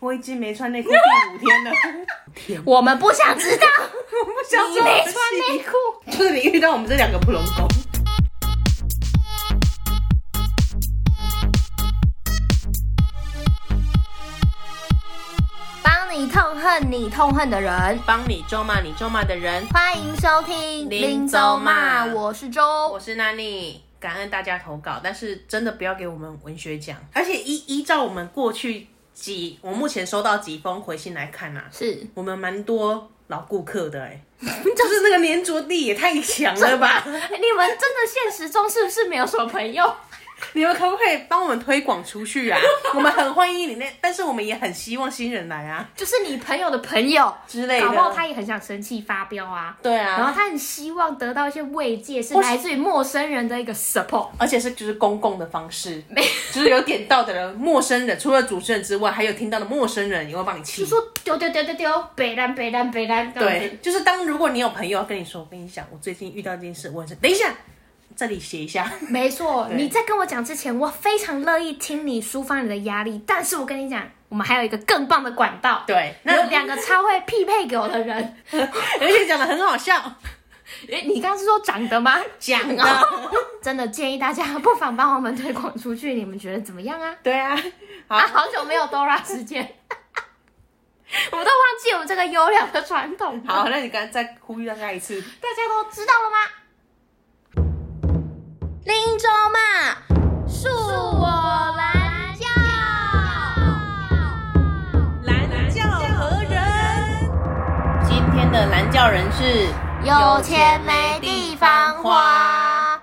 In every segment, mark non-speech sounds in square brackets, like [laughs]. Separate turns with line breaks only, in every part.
我已经没穿内裤第五 [laughs] 天了，
我们不想知道，
我不想
你
做
没
这
穿
些
内裤。
就是你遇到我们这两个普龙宫。
帮你痛恨你痛恨的人。
帮你咒骂你咒骂的人，
欢迎收听
林州骂
我是
我
周。
是 Nani，感恩大家投稿，但是真的不要给我们文学奖，而且依依照我们过去几，我目前收到几封回信来看啊，
是，
我们蛮多老顾客的 [laughs] 哎、就是那个粘着力也太强了吧！
[laughs] 你们真的现实中是不是没有什么朋友？
你们可不可以帮我们推广出去啊？我们很欢迎你那，但是我们也很希望新人来啊
就是你朋友的朋友，
之类的。
搞不好他也很想生气发飙啊。
对
然后
啊，
他很希望得到一些慰藉，是
或是嗯
来自于陌生人的一个 support。
而且是就是公共的方式，就是有点到的人，陌生人除了主持人之外，还有听到的陌生人也会帮你气
就。说丢丢丢丢丢，北南北南北南，这样
对
子，，
就是当如果你有朋友跟你说，我跟你讲，我最近遇到这件事，我也是等一下，这里写一 [laughs] 下。
没错。你在跟我讲之前，我非常乐意听你抒发你的压力，但是我跟你讲，我们还有一个更棒的管道，
对，那
有两个超会匹配给我的人，
而且讲的很好笑，
[laughs] 诶你刚刚是说长的吗？
讲啊的。
真的建议大家不妨帮我们推广出去，你们觉得怎么样啊？
对啊，好，
啊，好久没有 Dora 时间， [laughs] 我都忘记我们这个优良的传统了。
好，那你刚才再呼吁大家一次，
大家都知道了吗？林州嘛，恕我蓝教。
蓝教何人？今天的蓝教人是
有钱没地方花，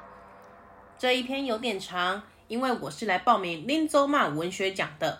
这一篇有点长，因为我是来报名林州骂文学奖的。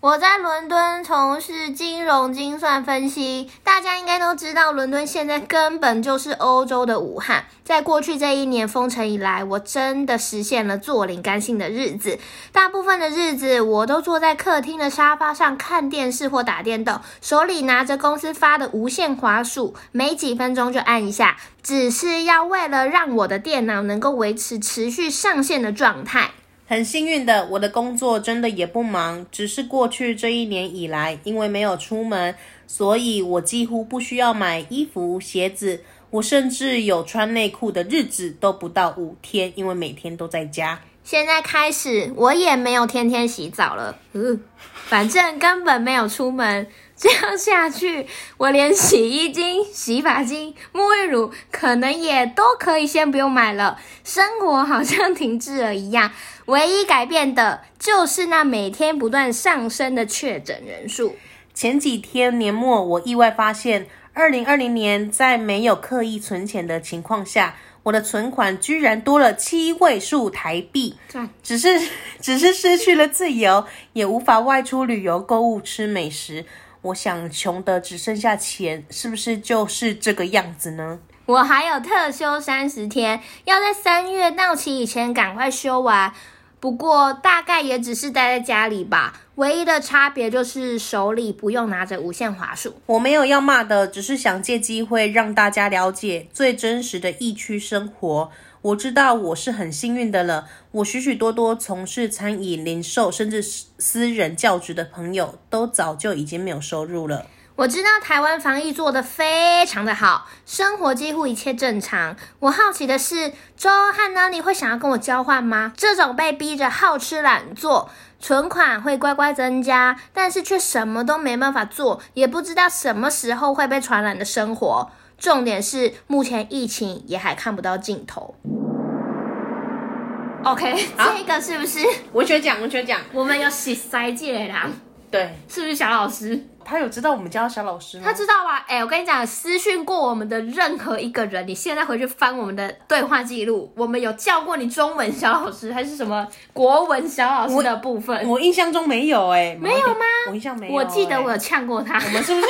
我在伦敦从事金融精算分析，大家应该都知道，伦敦现在根本就是欧洲的武汉。在过去这一年封城以来，我真的实现了坐领干性的日子。大部分的日子，我都坐在客厅的沙发上看电视或打电动，手里拿着公司发的无线滑鼠，每几分钟就按一下，只是要为了让我的电脑能够维持持续上线的状态。
很幸运的，我的工作真的也不忙，只是过去这一年以来，因为没有出门，所以我几乎不需要买衣服、鞋子，我甚至有穿内裤的日子都不到五天，因为每天都在家。
现在开始，我也没有天天洗澡了，嗯，反正根本没有出门。 [laughs] 这样下去，我连洗衣精、洗发精、沐浴乳可能也都可以先不用买了。生活好像停滞了一样，唯一改变的就是那每天不断上升的确诊人数。
前几天年末，我意外发现，二零二零年在没有刻意存钱的情况下，我的存款居然多了七位数台币。
赚
只是 [laughs] 只是失去了自由，也无法外出旅游、购物、吃美食。我想，穷的只剩下钱，是不是就是这个样子呢？
我还有特休三十天，要在三月到期以前赶快休完。不过大概也只是待在家里吧，唯一的差别就是手里不用拿着无线滑鼠。
我没有要骂的，只是想借机会让大家了解最真实的疫区生活。我知道我是很幸运的了，我许许多多从事餐饮、零售甚至私私人教职的朋友，都早就已经没有收入了。
我知道台湾防疫做得非常的好，生活几乎一切正常。我好奇的是，周和 n 你会想要跟我交换吗？这种被逼着好吃懒做，存款会乖乖增加，但是却什么都没办法做，也不知道什么时候会被传染的生活。重点是，目前疫情也还看不到尽头。OK，
好
这个是不是
文学奖，文学奖，
我们有洗塞界啦？
对
是不是小老师？
他有知道我们家小老师吗？
他知道吧？哎、我跟你讲，私讯过我们的任何一个人，你现在回去翻我们的对话记录，我们有叫过你中文小老师还是什么国文小老师的部分，我
我印象中没有哎、没有吗？我印象没有、
记得我有
哎
呛过他。
我们是不 [laughs] 是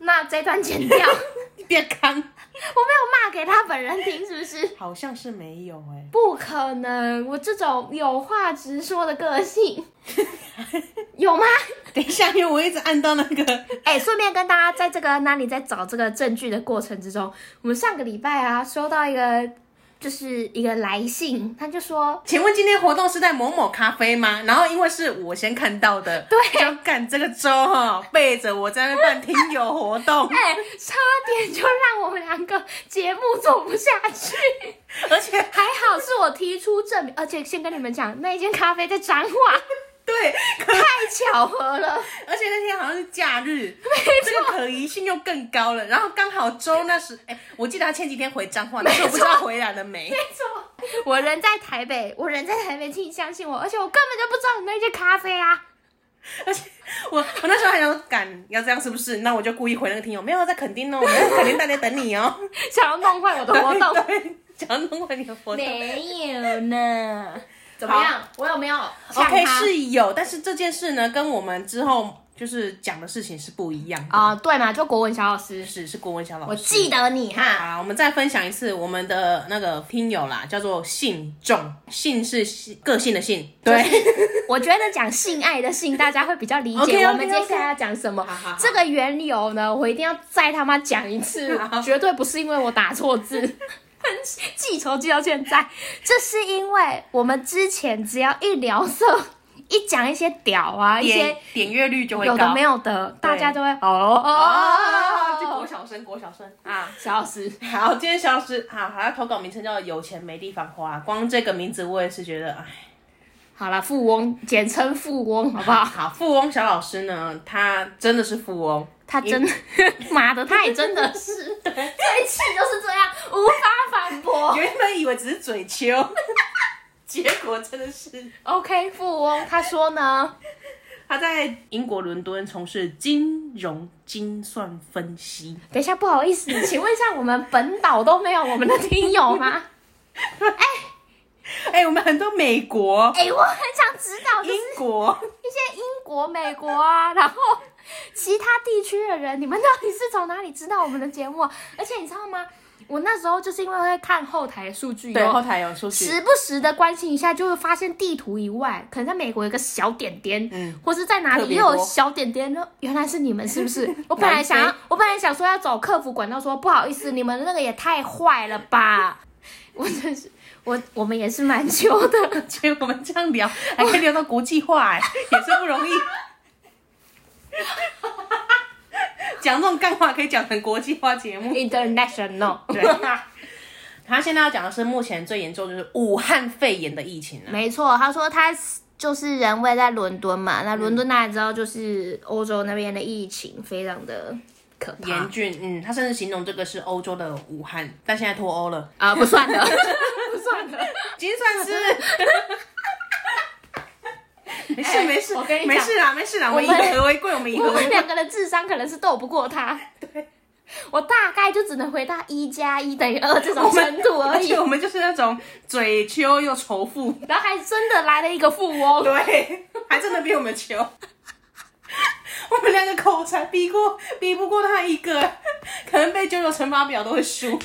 那这段剪掉，我没有 [laughs]
变康？
骂给他本人听，是不是？
好像是没有哎、
不可能，我这种有话直说的个
[laughs]
性，有吗？
等一下，因为我一直按到那个，
哎、顺便跟大家在这个那你在找这个证据的过程之中，我们上个礼拜啊收到一个就是一个来信，他就说
请问今天活动是在某某咖啡吗？然后因为是我先看到的，对，就赶这个周哈、背着我在那办听友活动， [laughs]
哎、差点就让我们两个节目做不下去。
而且
还好是我提出证明，而且先跟你们讲，那一间咖啡在彰化，
对，可
太巧合了。
而且那天好像是假日，这个可疑性又更高了。然后刚好周那时，哎、我记得他前几天回彰化，但是我不知道回来了没。
没错，我人在台北，我人在台北，请你相信我，而且我根本就不知道你那间咖啡啊。
我我那时候还想说，敢要这样是不是？那我就故意回那个听友，没有在垦丁哦，我们在垦丁大家等你哦。
想要弄坏我的活动，
对， [laughs] 想要弄坏你的活动。
没有呢。怎
好
么样？我有没有呛
OK，
他？
是有，但是这件事呢，跟我们之后就是讲的事情是不一样的。
啊、对嘛，就国文小老师，
是是郭文祥老师，
我记得你哈。
好，我们再分享一次我们的那个听友啦，叫做信众，信是信个性的性，对，
我觉得讲性爱的性，大家会比较理解
OK，OK，OK
我们接下来要讲什么。
好好
这个缘由呢，我一定要再他妈讲一次
好，
绝对不是因为我打错字，很记仇记到现在。这是因为我们之前只要一聊色，一讲一些屌啊，一
点
些
点阅率就会高。
有的没
有
有的，大家都会哦
啊，就
哦
国小生，国小生。
啊，小老师。
好，今天小时好，好，要投稿名称叫“有钱没地方花”，光这个名字我也是觉得，哎，
好了，富翁，简称富翁，好不好？
好，富翁小老师呢，他真的是富翁，
他真 [laughs] 的，妈的，他也真的是，对，最气就是这样，无法反驳。
[laughs] 原本以为只是嘴丘， [laughs] 结果真的是
OK，富翁他说呢，
他在英国伦敦从事金融精算分析。
等一下，不好意思，请问一下，我们本岛都没有我们的听友 [laughs] 吗？
哎、我们很多美国、
哎、我很想知道，就是
英国，
一些英国、美国啊，然后其他地区的人，你们到底是从哪里知道我们的节目啊？而且你知道吗？我那时候就是因为会看后台数
[laughs]
据，
对，
有
后台有数据，
时不时的关心一下，就会发现地图以外，可能在美国有个小点点，
嗯
或是在哪
特
里
别
也
多
有小点点，就原来是你们是
[laughs]
不是？我本来想
南
要，我本来想说要走客服管道说，不好意思，你们那个也太坏了吧！ [laughs] 我真是，我我们也是蛮糗的。 [laughs]
结果我们这样聊，还可以聊到国际化、 [laughs] 哎，也是不容易。讲这种干话可以讲成国际化节目。
International，
[laughs] 对，他现在要讲的是目前最严重就是武汉肺炎的疫情啊。
没错，他说他就是人位在伦敦嘛，
嗯
那伦敦大家知道，就是欧洲那边的疫情非常的可怕
严峻，嗯，他甚至形容这个是欧洲的武汉，但现在脱欧了，
啊，不算了，
[laughs]
不算了。
精算师。 [laughs] 没事
哎
没事，
我跟你讲
没事啦没事啦，我们以
我们
和为贵，我们以和
我
为 [laughs]
们两个的智商可能是斗不过他。对，我大概就只能回到一加一等于二这种程度而
而
已
且。我们就是那种嘴秋又仇富，
然后还真的来了一个富
[laughs]
翁，
对，还真的比我们穷。 [laughs] 我们两个口才比过比不过他一个，可能被九九乘法表都会输。 [laughs]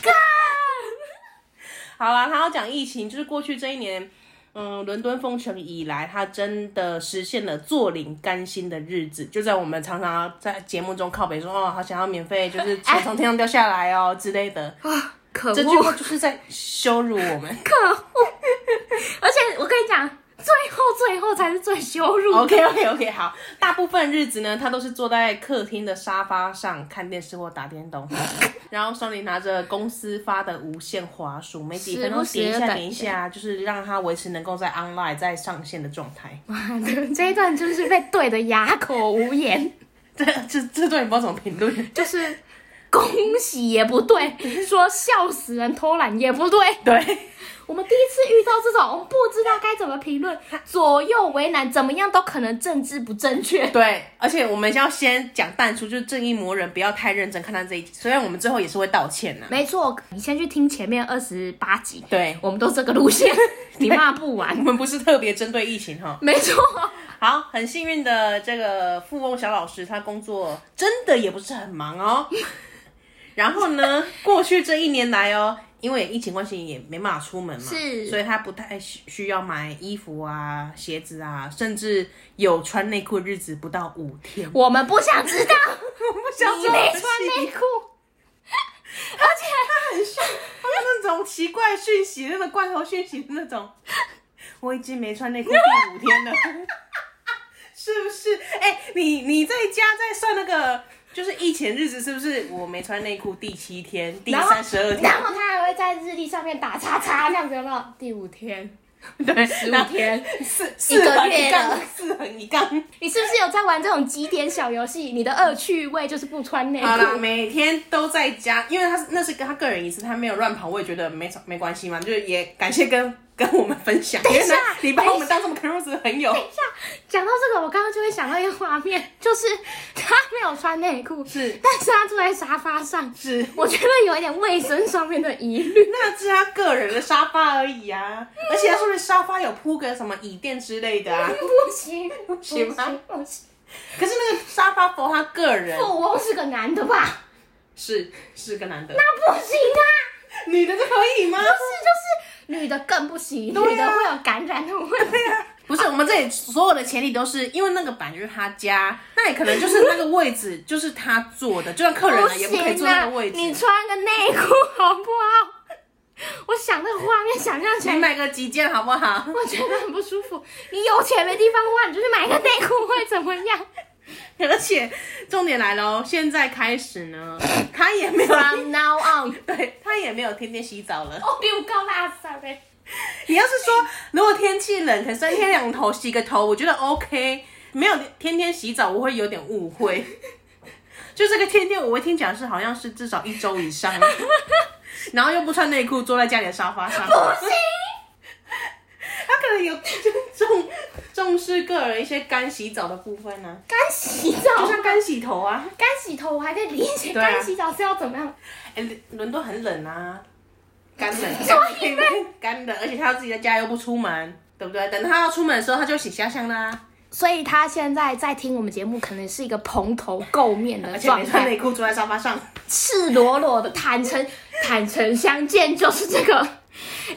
好啦，他要讲疫情，就是过去这一年，嗯，伦敦封城以来，他真的实现了坐领甘心的日子。就在我们常常在节目中靠北说，哦，好想要免费，就是钱从天上掉下来哦之类的，
可恶
这句话就是在羞辱我们。
可恶！而且我跟你讲，最后最后才是最
[laughs]
羞辱。
OK OK OK，好，大部分日子呢，他都是坐在客厅的沙发上看电视或打电
[laughs]
动，然后手里拿着公司发的无线滑鼠，每几分钟
时不时
点一
就
下
感
点一下，就是让他维持能够在 online 在上线的状态。 [laughs]
妈的，这一段就是被怼的哑口无言，
这这这段也不知道怎么评论。 [laughs]
就是恭喜也不对，说笑死人偷懒也不对。
对，
我们第一次遇到这种不知道该怎么评论，左右为难，怎么样都可能政治不正确。
对，而且我们要先讲淡出，就是正义魔人不要太认真看他这一集，虽然我们最后也是会道歉呐、
没错，你先去听前面二十八集，
对， [laughs]
我们都这个路线，你骂不完
我。们不是特别针对疫情哈。
没错，
好，很幸运的这个富翁小老师，他工作真的也不是很忙哦。 [laughs] 然后
[laughs]
呢，过去这一年来哦，因为疫情关系也没办法出门嘛，
是
所以他不太需需要买衣服啊、鞋子啊，甚至有穿内裤的日子不到五天。
[laughs] 我们不想知道
我不
你没穿内裤，
很凶，他有那种奇怪讯息，那种罐头讯息的那
[laughs]
种。我已经没穿内裤第五天了， [laughs] 是不是？哎、你你在家在算那个，就是疫情日子是不是？我没穿内裤第七天，第
然后
三十二天，
然后他还会在日历上面打叉叉，这样子有没有？第五天、
对，
[laughs] 十
然
五
后
天， [laughs]
四
一
四
个
横
月
一杠
了，
四横一
[laughs]
杠。
你是不是有在玩这种几点小游戏？你的恶趣味就是不穿内裤。
好啦， [laughs] 每天都在家，因为他是那是跟他个人隐私，他没有乱跑，我也觉得没什没关系嘛，就是也感谢跟跟我们分享，因
一
为
下哎
呢你把我们当成 close 的朋友，
讲到这个，我刚刚就会想到一个画面，就是他没有穿内裤，
是
但是他坐在沙发上，
是，
我觉得有一点卫生上面的疑虑。
那是他个人的沙发而已啊，而且他是不是沙发有铺个什么椅垫之类的啊？
不行，不
行吗
不行，
可是那个沙发 for 他个人，
富翁是个男的吧？
是是个男的，
那不行啊，
女的就可以吗？
不是就是女的更不行，
对啊
女的会有感染的问题。
不是，我们这里所有的前提都是因为那个板就是他家，那也可能就是那个位置就是他坐的，就算客人啊了也不可以坐那个位置。
不行啊你穿个内裤好不好？我想那个画面想象起
你
来，
买个几件好不好？ [laughs]
我觉得很不舒服。你有钱没地方花，你就去买个内裤会怎么样？
而且重点来喽，现在开始呢，他也
[laughs]
没有，
From now on，
对他也没有天天洗澡了。
我哦比我高大三呗。
你要是说如果天气冷，可能三天两头洗个头，我觉得 OK。没有天天洗澡，我会有点误会。 [laughs] 就这个天天，我会听起来是好像是至少一周以上， [laughs] 然后又不穿内裤，坐在家里的沙发上。
不行，
他可能有就重重视个人一些干洗澡的部分呢、
干洗澡
就，像干洗头啊。
干洗头我还可以理解，
对啊
干洗澡是要怎么样？
哎、伦敦很冷啊，干冷，
[laughs] 所以呢
[laughs] 干冷，而且他自己在家又不出门，对不对？等他要出门的时候，他就洗下乡啦、
所以他现在在听我们节目，可能是一个蓬头垢面的
而且
状
没穿内
态，
裤坐在沙发上，
赤裸裸的坦诚， [laughs] 坦诚相见就是这个。
[laughs]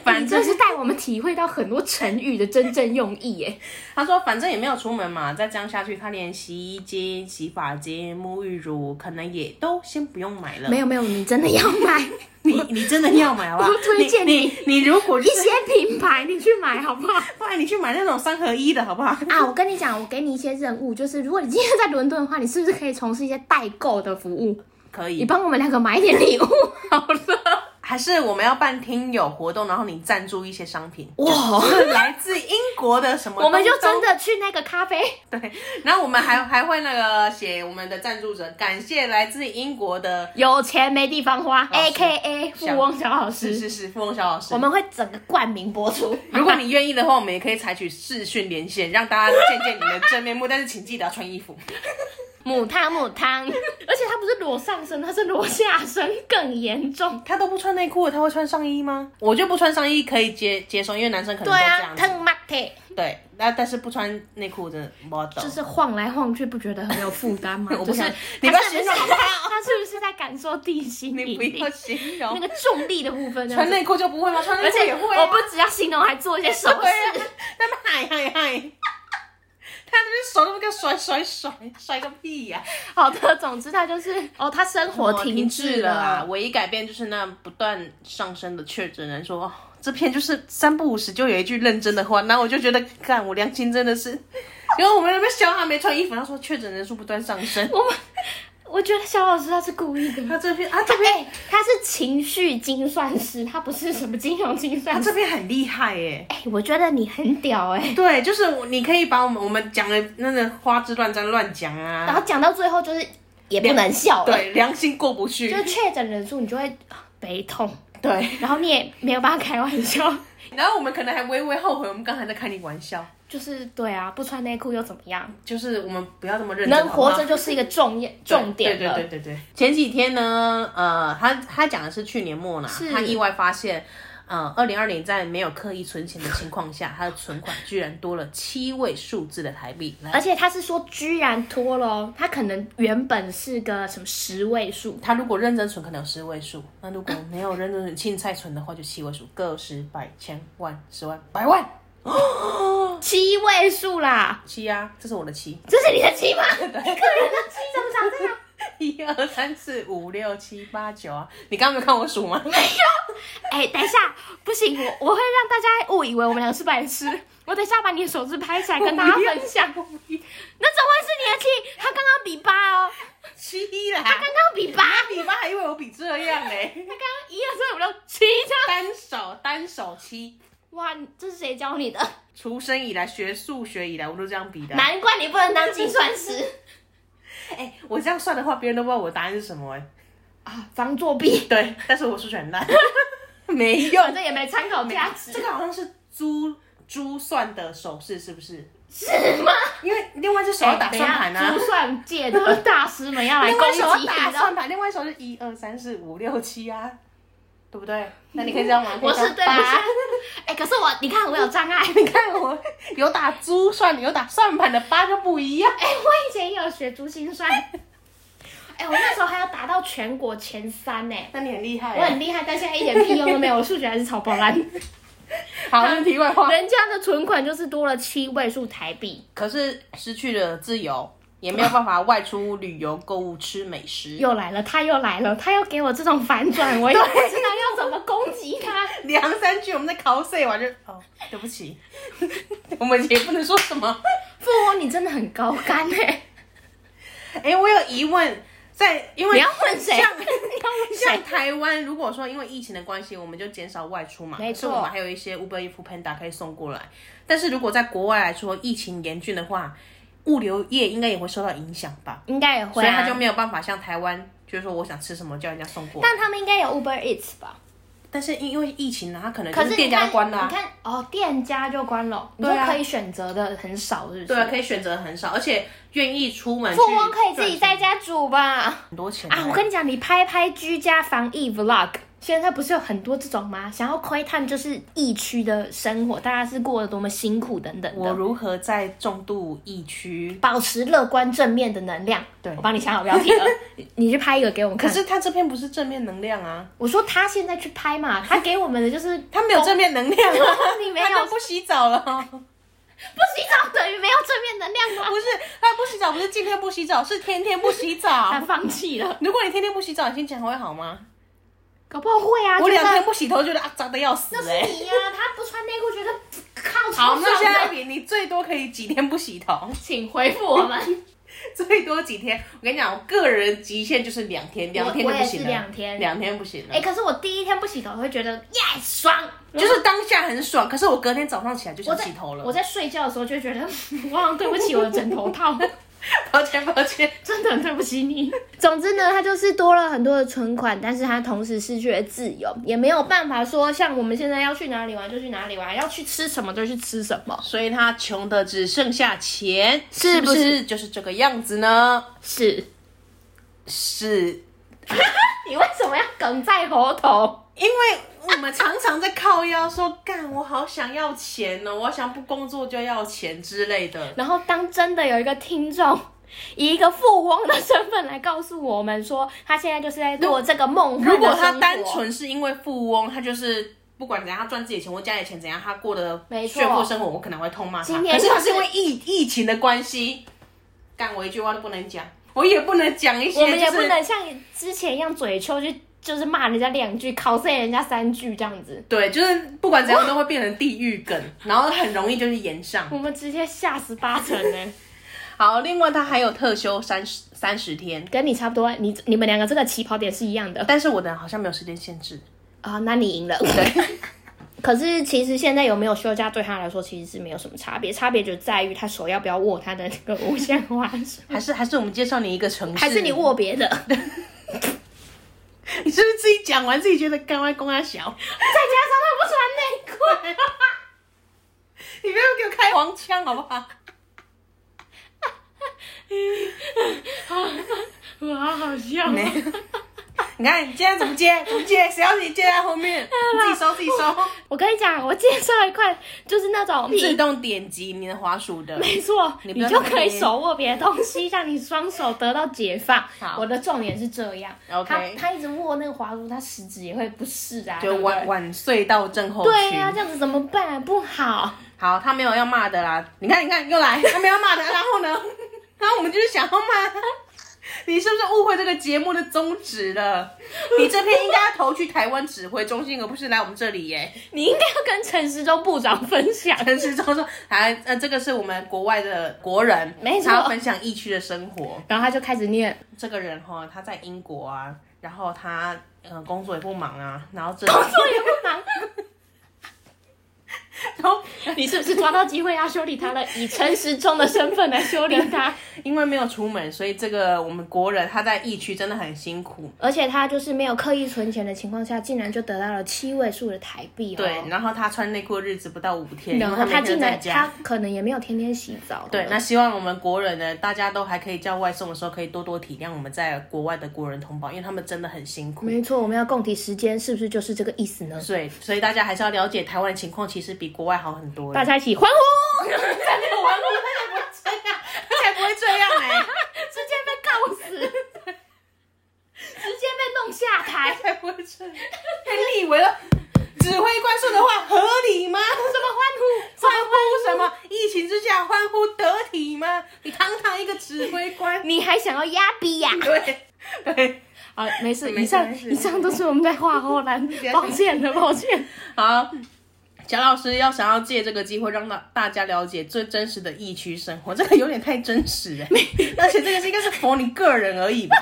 反
你真
正
是带我们体会到很多成语的真正用意耶！
他说反正也没有出门嘛，再这样下去，他连洗衣精、洗发精、沐浴乳可能也都先不用买了。
[laughs] 没有没有，你真的要 [laughs] 买
你你真的要买好不好？
我推荐
你你你如果
一
就是，
些品牌，你去买好不好？
不然你去买那种三合一的好不 [laughs] 好？
[laughs] 啊，我跟你讲，我给你一些任务，就是如果你今天在伦敦的话，你是不是可以从事一些代购的服务？
可
你
以，
帮我们两个买一点礼物嗯 [laughs] 好了。
还是我们要办听友活动，然后你赞助一些商品，
哇
就是 [laughs] 来自英国的什么东东，
我们就真的去那个咖啡，
对，然后我们还还会那个写我们的赞助者，感谢来自英国的
有钱没地方花
老
，A
师
K A 富翁小老
是是
师，
是富翁小老师
我。们会整个冠名播出。 [laughs]
如果你愿意的话，我们也可以采取视讯连线，让大家见见你的真面目，但是请记得要穿衣服。
母汤母汤，而且他不是裸上身，他是裸下身，更严重。
他都不穿内裤，他会穿上衣吗？我就不穿上衣可以接接受，因为男生可能
对
都这
啊
样，子。 [laughs]
疼妈的，
对，那但是不穿内裤真的 model。
就是晃来晃去，不觉得很有负担 [laughs] 吗？
我
就
不
是
想你不
他
要
是不
形
是
容他，
[laughs] 他是不是在感受地心
你
引
不
力
要？形
那
容。
个重力的部分这样
穿
子，
内裤就不会吗？穿内
而
裤
且
也会啊、
我不只要形容，还做一些手 [laughs]
对啊
势。，
[laughs] 那么嗨嗨嗨， [laughs] 他那边手那么个甩甩甩甩个屁呀、
好的，总之他就是哦，他生活停滞了
啊！
啊。
唯一改变就是那不断上升的确诊人说，哦这篇就是三不五时就有一句认真的话，然后我就觉得，看我良心真的是，因为我们那边小他没穿衣服，他说确诊人数不断上升，
我们我觉得小老师他是故意的。
他这篇啊
他
这边
哎、他是情绪精算师，他不是什么金融精
他
算师。
这边很厉害耶。
哎、我觉得你很屌哎、
对，就是我你可以把我们我们讲的那个花枝乱颤乱讲
然
啊，
后讲到最后就是也不能笑了，
对，良心过不去
就，是确诊人数你就会啊悲痛，
对。
然后你也没有办法开玩笑，
然后我们可能还微微后悔，我们刚才在开你玩笑，
就是对啊，不穿内裤又怎么样？
就是我们不要这么认真，
能活
好
着
吗
就是一个重要重点
对
了。
对对对对。前几天呢，呃，他他讲的是去年末啦
是，
他意外发现。呃，二零二零在没有刻意存钱的情况下，他的存款居然多了七位数字的台币。来
而且他是说居然脱了哦，他可能原本是个什么十位数，
他如果认真存，可能有十位数；那如果没有认真存，青菜存的话，就七位数，个十百千万十万百万
七位数啦，
七啊，这是我的七，
这是你的七吗？你个人的七怎么长这样？
一二三四五六七八九啊！你刚刚没有看我 [laughs] 数吗？
哎、等一下，不行，我我会让大家误以为我们两个是白痴。我等一下把你的手指拍起来跟大家分享。那怎么会是你的气？他刚刚比八哦，
七啦，
刚刚比八，他
你妈还以为我比这样嘞、
刚刚一二三五六七张。
单手单手七，
哇，你这是谁教你的？
出生以来学数学以来，我都这样比的啊。
难怪你不能当计算师
哎、我这样算的话，别人都不知道我答案是什么哎、
啊，防作弊，
对，但是我数学很 [laughs] 烂，没用
反。正也没参考价值
这。个好像是珠珠算的手势，是不是？
是吗？
因为另外一只手要打算盘啊
珠，哎算界的大师们要来
另
攻
哎外一手
击
要
你
打
的。
算盘，另外一手是一二三四五六七啊，对不 [laughs] 对？那你可以这样玩，
我
可以
是
这
对
样
吧
打？
哎、可是我，你看我有障碍。
[laughs] 你看我有打珠算，有打算盘的八就不一样。
哎、我以前也有学珠心算，哎、我那时候还有达到全国前三呢、
那你很厉害啊
我很厉害，但现在一点屁用都没有，我数学还是超
[laughs]
爆烂。
好，那题外话。
人家的存款就是多了七位数台币，
可是失去了自由，也没有办法外出旅游、购物、吃美食。
又来了，他又来了，他又给我这种反转，我也不知道要怎么攻击他。
两三句我们在 cos 完就哦，对不
[laughs]
起，我们也不能说什么。
富翁，你真的很高干哎、
哎、我有疑问，在因为
你要问 [laughs] 谁？
像
你要问
像
谁？
台湾，如果说因为疫情的关系，我们就减少外出嘛，
没错
所以我们还有一些 Uber、e f Panda 可以送过来。但是如果在国外来说，疫情严峻的话，物流业应该也会受到影响吧，
应该也会、
所以
啊，
他就没有办法像台湾，就是说我想吃什么叫人家送过来。
但他们应该有 Uber Eats 吧？
但是因为疫情呢、啊他可能就
可
是
是
店家关了、啊
你看哦，店家就关了，你就
对啊
可以选择的很少，是不是？
对啊，可以选择很少，而且愿意出门去
富翁可以自己
赚
在家煮吧？
很多钱
啊，我跟你讲，你拍拍居家防疫 Vlog，现在不是有很多这种吗？想要窥探就是疫区的生活，大家是过得多么辛苦等等
我
的。
如何在重度疫区？
保持乐观正面的能量，
对
我帮你想好标题
[laughs]
了，你你去拍一个给我们
可
看。
是他这篇不是正面能量啊，
我说他现在去拍嘛，他给我们的就是，
他没有正面能量啊
哦 [laughs] 你没有
他都不洗澡了， [laughs] 不
不洗澡等于没有正面能量吗？
是他不洗澡，不是今天不洗澡，是天天不洗
[laughs] 他
澡。
放弃了，
如果你天天不洗澡，你心情还会好吗？
搞不好会啊。
我两
觉得
天不洗头，觉得啊脏的要死
那
哎、
是你呀、啊他不穿内裤，觉得靠
好，
超
那下一
爽的。
题，你最多可以几天不洗头？
请回复我们，
[laughs] 最多几天？我跟你讲，我个人极限就是两天，两天就
我
不
也
行
是
了，
两天。
两天不行了。
哎、可是我第一天不洗头会觉得耶爽，
就是当下很爽，可是我隔天早上起来就
我
想
在
洗头了。
我在睡觉的时候就觉得， [laughs] 我好像对不起我的枕头 [laughs] 套，
抱歉抱歉，
真的很对不起你。总之呢，他就是多了很多的存款，但是他同时失去了自由，也没有办法说像我们现在要去哪里玩就去哪里玩，要去吃什么就去吃什么。
所以他穷的只剩下
[laughs]
钱，
是
不
不是
就是这个样子呢？
是
是
你为什么要梗在喉头？
因为我们常常在靠腰说，干我好想要钱哦，我想不工作就要钱之类的。
然后当真的有一个听众以一个富翁的身份来告诉我们说，他现在就是在做这个梦幻的
如果他
生活
单纯是因为富翁，他就是。不管怎样，他赚自己的钱或家里的钱怎样，他过的
没错
炫富生活，我可能会痛骂他。
今天
可是他是
就是
因为疫疫情的关系，干我一句话都不能讲，我也不能讲一些、就是，
我们也不能像之前一样嘴臭，就就是骂人家两句，考碎人家三句这样子。
对，就是不管怎样都会变成地狱梗，然后很容易就是延上。
我们直接吓死八成欸呢、
好，另外他还有特休三十三十天，
[laughs] 跟你差不多，你你们两个这个起跑点是一样的
但是我的好像没有时间限
[laughs]
制。
啊、那你赢了。
对，
可是其实现在有没有休假对他来说其实是没有什么差别，差别就在于他手要不要握他的那个无限滑鼠，
还是还是我们介绍你一个城市，
还是你握别 [laughs] 的。
[laughs] 你是不是自己讲完自己觉得干外公啊小？
再加上他不穿内裤，
你不要给我开黄腔好不好？
我好好笑、哦
没有。你看你今天怎么接？怎么接？谁要你接在后面？
[laughs]
你自己收自己收，
我跟你讲，我介绍一块就是那种
自动点击你的滑鼠的。
[laughs] 没错，
你
你
不要
就可以手握别的东西，让你双手得到解放
[laughs] 好。
我的重点是这样，他
OK
他一直握那个滑鼠，他食指也会不适啊，
就
对不
晚
对？
晚隧道症候群。
对呀、这样子怎么办？不好，
好，他没有要骂的
[laughs]
[laughs] 啦，你看，你看，又来，他没有要骂的，然后呢，然后我们就是想要骂，你是不是误会这个节目的宗旨
[laughs]
了？你这篇应该要投去台湾指挥中心，而不是来我们这里
[laughs]
耶。
你应该要跟陈时中部长分享。 [laughs]
陈时中说，哎，呃，这个是我们国外的国人，
没错
他要分享疫区的生活。
然后他就开始念，
这个人哈，他在英国啊，然后他呃工作也不忙啊，然后这 [laughs]
作也不忙。
然后
[laughs] 你是不是抓到机会要修理他了？以陈时中的身份来修理他，
[laughs] 因为没有出门，所以这个我们国人他在疫区真的很辛苦。
而且他就是没有刻意存钱的情况下，竟然就得到了七位数的台币哦。
对，然后他穿内裤的日子不到五天，
然
因
后
为
他
每天
竟
都在
然
家
他。嗯可能也没有天天洗澡。
对，那
那
希望我们国人呢，大家都还可以叫外送的时候，可以多多体谅我们在国外的国人同胞，因为他们真的很辛苦。
没错，我们要共体时间，是不是就是这个意思呢？
所以，所以大家还是要了解台湾的情况，其实比国外好很多。
大家一起欢呼！
才没有玩过，他才不会这样，他才不
[laughs]
会这样
欸
哎、
啊直接被告死， [laughs] 直接被弄下台。
才不会这样。你以为了指挥官说的话合理吗？什么欢呼？欢呼什么？疫情之下欢呼得体吗？你堂堂一个指挥官，
你还想要压逼呀、
[laughs] 对对，
啊，没事，
没事
以上
没事
以上都是我们在画后栏，抱歉 [laughs] 了，抱歉。
好。蒋老师要想要借这个机会让大大家了解最真实的疫区生活，这个有点太真实 [laughs] 哎、而且这个是应该是 for 你个人而已吧。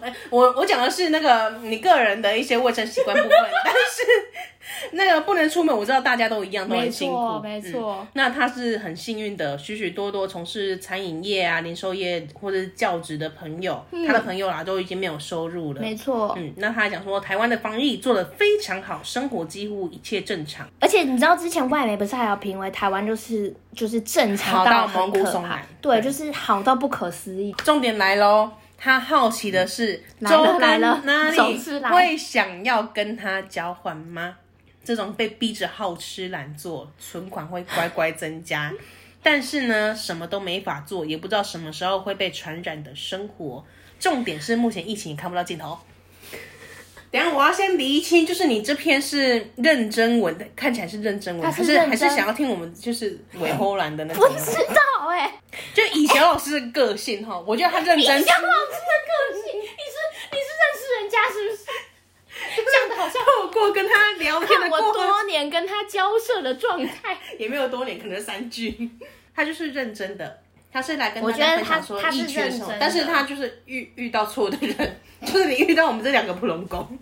哎我我讲的是那个你个人的一些卫生习惯部分，但是那个不能出门，我知道大家都一样，都很辛苦，
没错没错
嗯那他是很幸运的，许许多多从事餐饮业啊、零售业或者是教职的朋友，他的朋友啦都已经没有收入了，
没错，
嗯，那他还讲说，台湾的防疫做得非常好，生活几乎一切正常，
而且你知道之前外媒不是还有评为台湾就是就是正常
好到
很
毛骨
可
悚
怕
然，
对，
对
就是好到不可思 [laughs] 议。
重点来喽。他好奇的是，
嗯来
周
了来
丹
了
哪
首
里
次来
会想要跟他交换吗？这种被逼着好吃懒做，存款会乖乖增加， [laughs] 但是呢，什么都没法做，也不知道什么时候会被传染的生活。重点是目前疫情也看不到尽头。等一下，我要先厘清，就是你这篇是认真文的，看起来是认真文，
它是
还是
认
还是
真
想要听我们就是尾后兰的那
不
种？
知道哎、
就以小老师的个性哈，我觉得他认
你 [laughs]
真
你讲老师的个性，你是你是认识人家是
[laughs]
不是？讲的好像
透过跟他聊天的
看
过
我
程，
多年跟他交涉的状态，
也没有多年，可能三句。他就是认真的，他是来跟
我
大家
觉得
分
他
享说
他是
疫区的
认
时候
真的，
但是他就是遇遇到错的人， [laughs] 就是你遇到我们这两个普龙宫，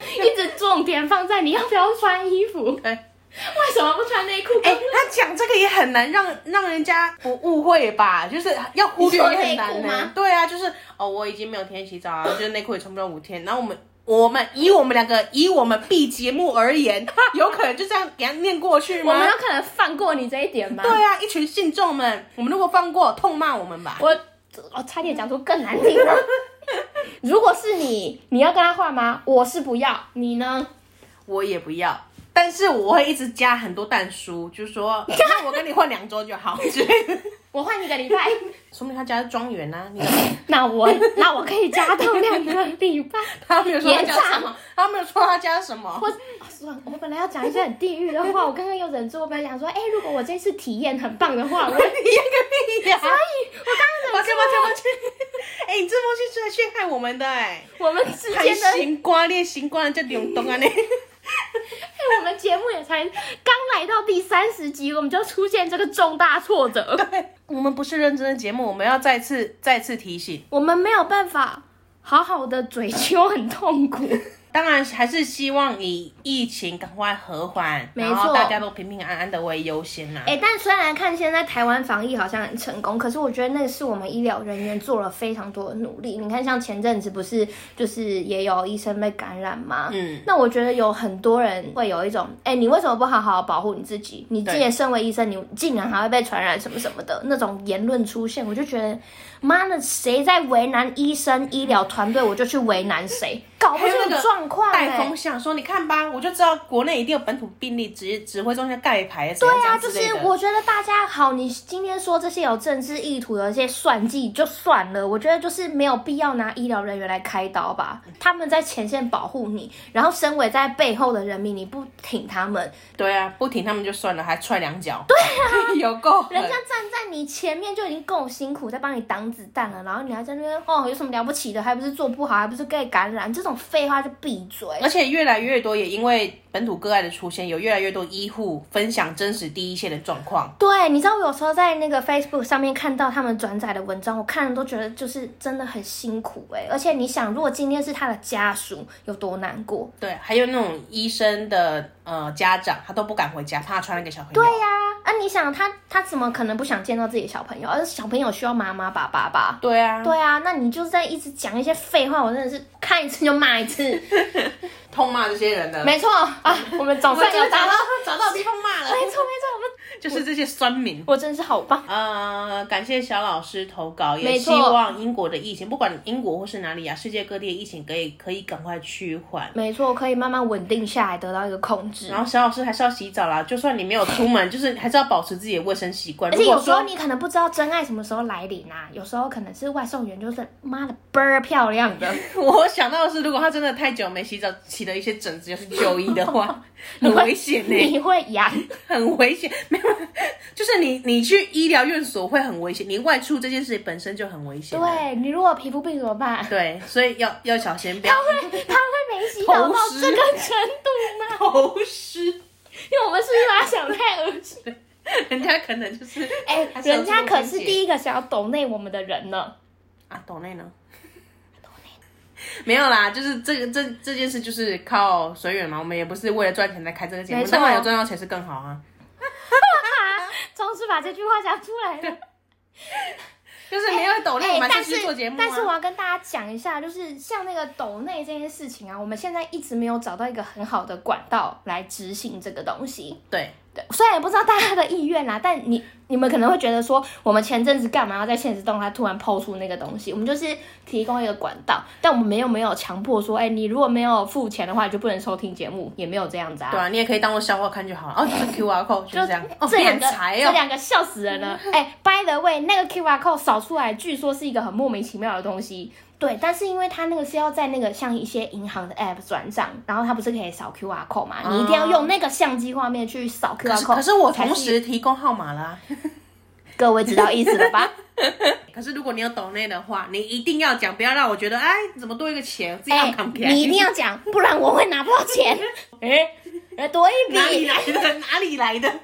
一直重点放在你要不要穿衣服，
[laughs] 对。
为什么不穿内裤？
哎、他讲这个也很难让让人家不误会吧，就是要忽略也很难
你说内
呢、
裤吗
对啊，就是哦，我已经没有天洗澡啊，就是内裤也穿不到五天。然后我们我们以我们两个以我们 B 节目而言， [laughs] 有可能就这样给他念过去
我
吗
们？有可能放过你这一点吗？
对啊，一群信众们，我们如果放过，痛骂我们吧。
我我差点讲出更难听的。如果是你，你要跟他换吗？我是不要，你呢？
我也不要，但是我会一直加很多蛋书，就是说，
[laughs]
那我跟你换两周就好 [laughs] 之类的。
我换一个礼
[laughs]
拜，
说明他家是庄园啊，你怎么？
[laughs] 那我那我可以加到两个礼拜。
他没有说他家
延
什么，他没有说他家什
[laughs]
么
我。哦算了，我本来要讲一些很地狱的话，我刚刚又忍住。我本来想说，哎、如果我这次体验很棒的话，我
你验个屁呀、
所以，我
啊
刚
抱
刚
歉
忍
抱歉
住
抱歉， [laughs] 哎、你这封信是来陷害我们的哎、
我，我们之
还
间的，哎
行瓜裂行瓜就流动啊你。 [laughs]
我们节目也才刚来到第三十集，我们就出现这个重大挫折，
我们不是认真的节目，我们要再次再次提醒。
我们没有办法好好的嘴丘，很痛苦。
当然还是希望以疫情赶快和缓，
没
然后
错
大家都平平安安的为优先啊啦、
哎、但虽然看现在台湾防疫好像很成功，可是我觉得那个是我们医疗人员做了非常多的努力。你看，像前阵子不是就是也有医生被感染吗？
嗯，
那我觉得有很多人会有一种，哎、你为什么不好好保护你自己？你自己
对
身为医生，你竟然还会被传染什么什么的那种言论出现，我就觉得，妈的，谁在为难医生医疗团队，我就去为难谁，搞不
还有
清
那
楚
个
状状况哎、
带风向，说你看吧，我就知道国内一定有本土病例，指指挥中心盖牌，对
对啊，就是我觉得大家好，你今天说这些有政治意图、有一些算计就算了，我觉得就是没有必要拿医疗人员来开刀吧。他们在前线保护你，然后身为在背后的人民，你不挺他们，
对啊，不挺他们就算了，还踹两脚，对啊， [laughs] 有够狠
人家站在你前面就已经够辛苦，在帮你挡子弹了，然后你还在那边哦，有什么了不起的？还不是做不好，还不是被感染？这种废话就闭嘴。
而且越来越多，也因为本土个案的出现，有越来越多医护分享真实第一线的状况。
对，你知道我有时候在那个 Facebook 上面看到他们转载的文章，我看了都觉得就是真的很辛苦哎、而且你想，如果今天是他的家属，有多难过？
对，还有那种医生的呃家长，他都不敢回家，怕传染给小朋友。
对呀、啊，你想他他怎么可能不想见到自己的小朋友？而小朋友需要妈妈爸爸吧？
对啊，
对啊，那你就在一直讲一些废话，我真的是看一次就骂 [laughs] 一次。
痛骂这些人的，
没错啊，我们总
我们
算
就
又
找到
达到，
[laughs] 找到地方骂了
没，错没错，我们
就是这些酸民。
我真是好棒。
呃，感谢小老师投稿，也
没
希
错
望英国的疫情，不管英国或是哪里啊，世界各地的疫情可以可以赶快趋缓。
没错，可以慢慢稳定下来，得到一个控制。
然后小老师还是要洗澡啦，就算你没有出门， [laughs] 就是还是要保持自己的卫生习惯。
而且
如果
有时候
说
你可能不知道真爱什么时候来临啊，有时候可能是外送员就是妈的倍儿漂亮的，
我想到的是，如果他真的太久没洗澡，起了一些疹子，又是就医的
[laughs]
话， [laughs] 很危险呢、
你会
[laughs]
痒。
很危险。没有，就是你你去医疗院所会很危险，你外出这件事情本身就很危险。
对你如果皮肤病怎么办？
对，所以要要小心，不要
他会他会没洗澡到
头湿
这个程度吗？
[laughs] 头湿，
因为我们是不是把它想太
[laughs]
恶心？
人家可能就是
哎、
还是有
人家可
这
是
种
第一个想要懂内我们的人呢。
啊，抖内呢？没有啦，就是这个这这件事就是靠随缘嘛，我们也不是为了赚钱来开这个节目
没，错
当然有赚到钱是更好啊。
总是把这句话讲出来了。
就是没有抖内，我们还
但
是继
是
续做节目、啊
哎但是我要跟大家讲一下，就是像那个抖内这件事情啊，我们现在一直没有找到一个很好的管道来执行这个东西。
对，
对，虽然也不知道大家的意愿啦，但你你们可能会觉得说，我们前阵子干嘛要在现实动态突然抛出那个东西？我们就是提供一个管道，但我们没有没有强迫说，哎、你如果没有付钱的话，你就不能收听节目，也没有这样子啊。
对啊，你也可以当做笑话看就好了。哦，就是 QR code 就
就是
这样，哦，
这
变
两个、
财
这
哦。
两个笑死人了。哎、b y the way，那个 QR code 扫出来，据说是一个很莫名其妙的东西。对，但是因为它那个是要在那个像一些银行的 app 转账，然后它不是可以扫 QR code 嘛？你一定要用那个相机画面去扫
可
QR
是
code。
可是我同，时提供号码啦。
各位知道意思
[laughs]
了吧？
可是如果你有抖内的话，你一定要讲，不要让我觉得哎怎么多一个钱，自己要
哎、
扛起来。
你一定要讲，不然我会拿不到
[laughs]
钱。哎、哎多一
哪里
笔。
来的？哪里来的？ [laughs]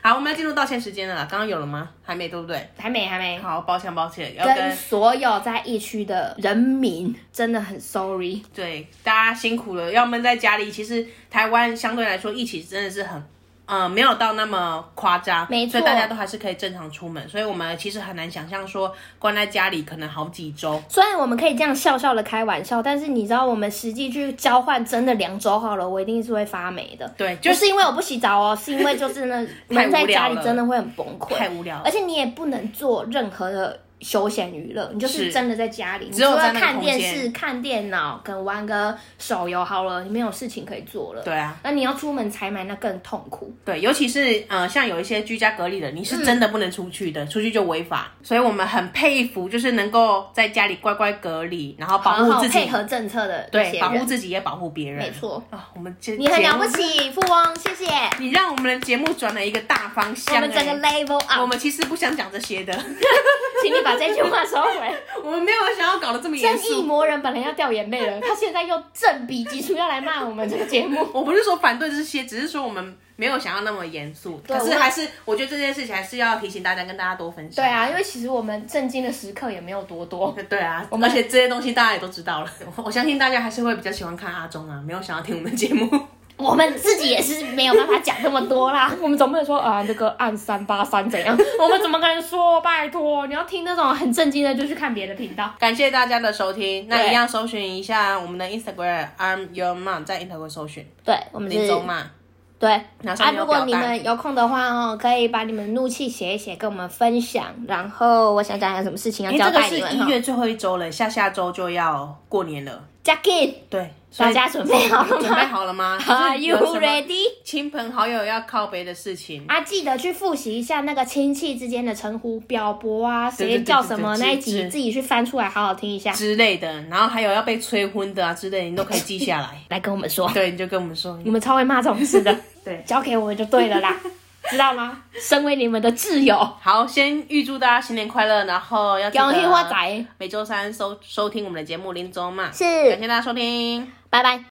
好，我们要进入道歉时间了啦。刚刚有了吗？还没，对不对？
还没，还没。
好，抱歉，抱歉，要
跟
跟
所有在疫区的人民真的很 sorry。
对大家辛苦了，要闷在家里。其实台湾相对来说疫情真的是很，呃，没有到那么夸张，
没错
所以大家都还是可以正常出门。所以我们其实很难想象说关在家里可能好几周。
虽然我们可以这样笑笑的开玩笑，但是你知道我们实际去交换真的两周好了，我一定是会发霉的。
对
就
就是
因为我不洗澡哦，是因为就真的
[laughs] 太
闷在
无聊
家里
了
真的会很崩溃，
太无聊了
而且你也不能做任何的休闲娱乐，你就是
是
真的在家里，你
只有
除了
在那个
看
空
电
间
视、看电脑，跟玩个手游好了，你没有事情可以做了。
对啊，
那你要出门采买，那更痛苦。
对，尤其是呃，像有一些居家隔离的，你是真的不能出去的，出去就违法。所以我们很佩服，就是能够在家里乖乖隔离，然后保
好
护
好
自己，
配合政策的这
对，
些
保护
人，
自己也保护别人。
没错
啊，我们这
你很了不，
节目
起，富翁，谢谢。
你让我们的节目转了一个大方向、
我们整个
哎
level up，
我们其实不想讲这些的， [laughs]
请你把这句话收 [laughs] 回。
我们没有想要搞得这么严
正义
肃。
魔人本来要掉眼泪了，他现在又正比急出要来骂我们这个节目。
我不是说反对这些，只是说我们没有想要那么严肃。
对
可是
我
还是，我觉得这件事情还是要提醒大家，跟大家多分享。
[laughs] 对啊，因为其实我们震惊的时刻也没有多多。
对啊，
我们
而且这些东西大家也都知道了。 [laughs] 我我相信大家还是会比较喜欢看阿忠啊，没有想要听我们节目。 [laughs]
我们自己也是没有办法讲那么多啦。 [laughs] 我们总不能说啊，那个按三八三 [laughs] 怎样？我们怎么可能说？拜托，你要听那种很震惊的，就去看别的频道。
感谢大家的收听，那
对
一样搜寻一下我们的 Instagram I'm Your Mom，在 Instagram 搜寻
对，我们
林
是
州嘛。
对
然后
啊
啊上面，有
如果
表
你
单
们有空的话哦，可以把你们怒气写一写，跟我们分享。然后我想讲有什么事情要
因为
交
这个
代
是
你们哦
一
哈。
月最后一周了，下下周就要过年了。
j a c k i
对，所
大
以
家准备好了
准备
吗
好了吗
[laughs]
Are
就是
you
有什么
ready？
亲朋好友要靠背的事情，
啊，记得去复习一下那个亲戚之间的称呼，表伯啊，
对对
谁
对
叫
对
什
对
么
是
那一
是
集，自己去翻出来好好听一下，。
之类的，然后还有要被催婚的啊之类的，你都可以记下来
来跟我们说。
对，你就跟我们说，
你们超会骂这种
[laughs]
事的，
对，
交给我们就对
[laughs]
了啦，知道吗？身为你们的挚友，
好，先预祝大家新年快乐，然后要记
恭喜
得
发财，
每周三收收听我们的节目《林州嘛》，
是
感谢大家收听。
拜拜。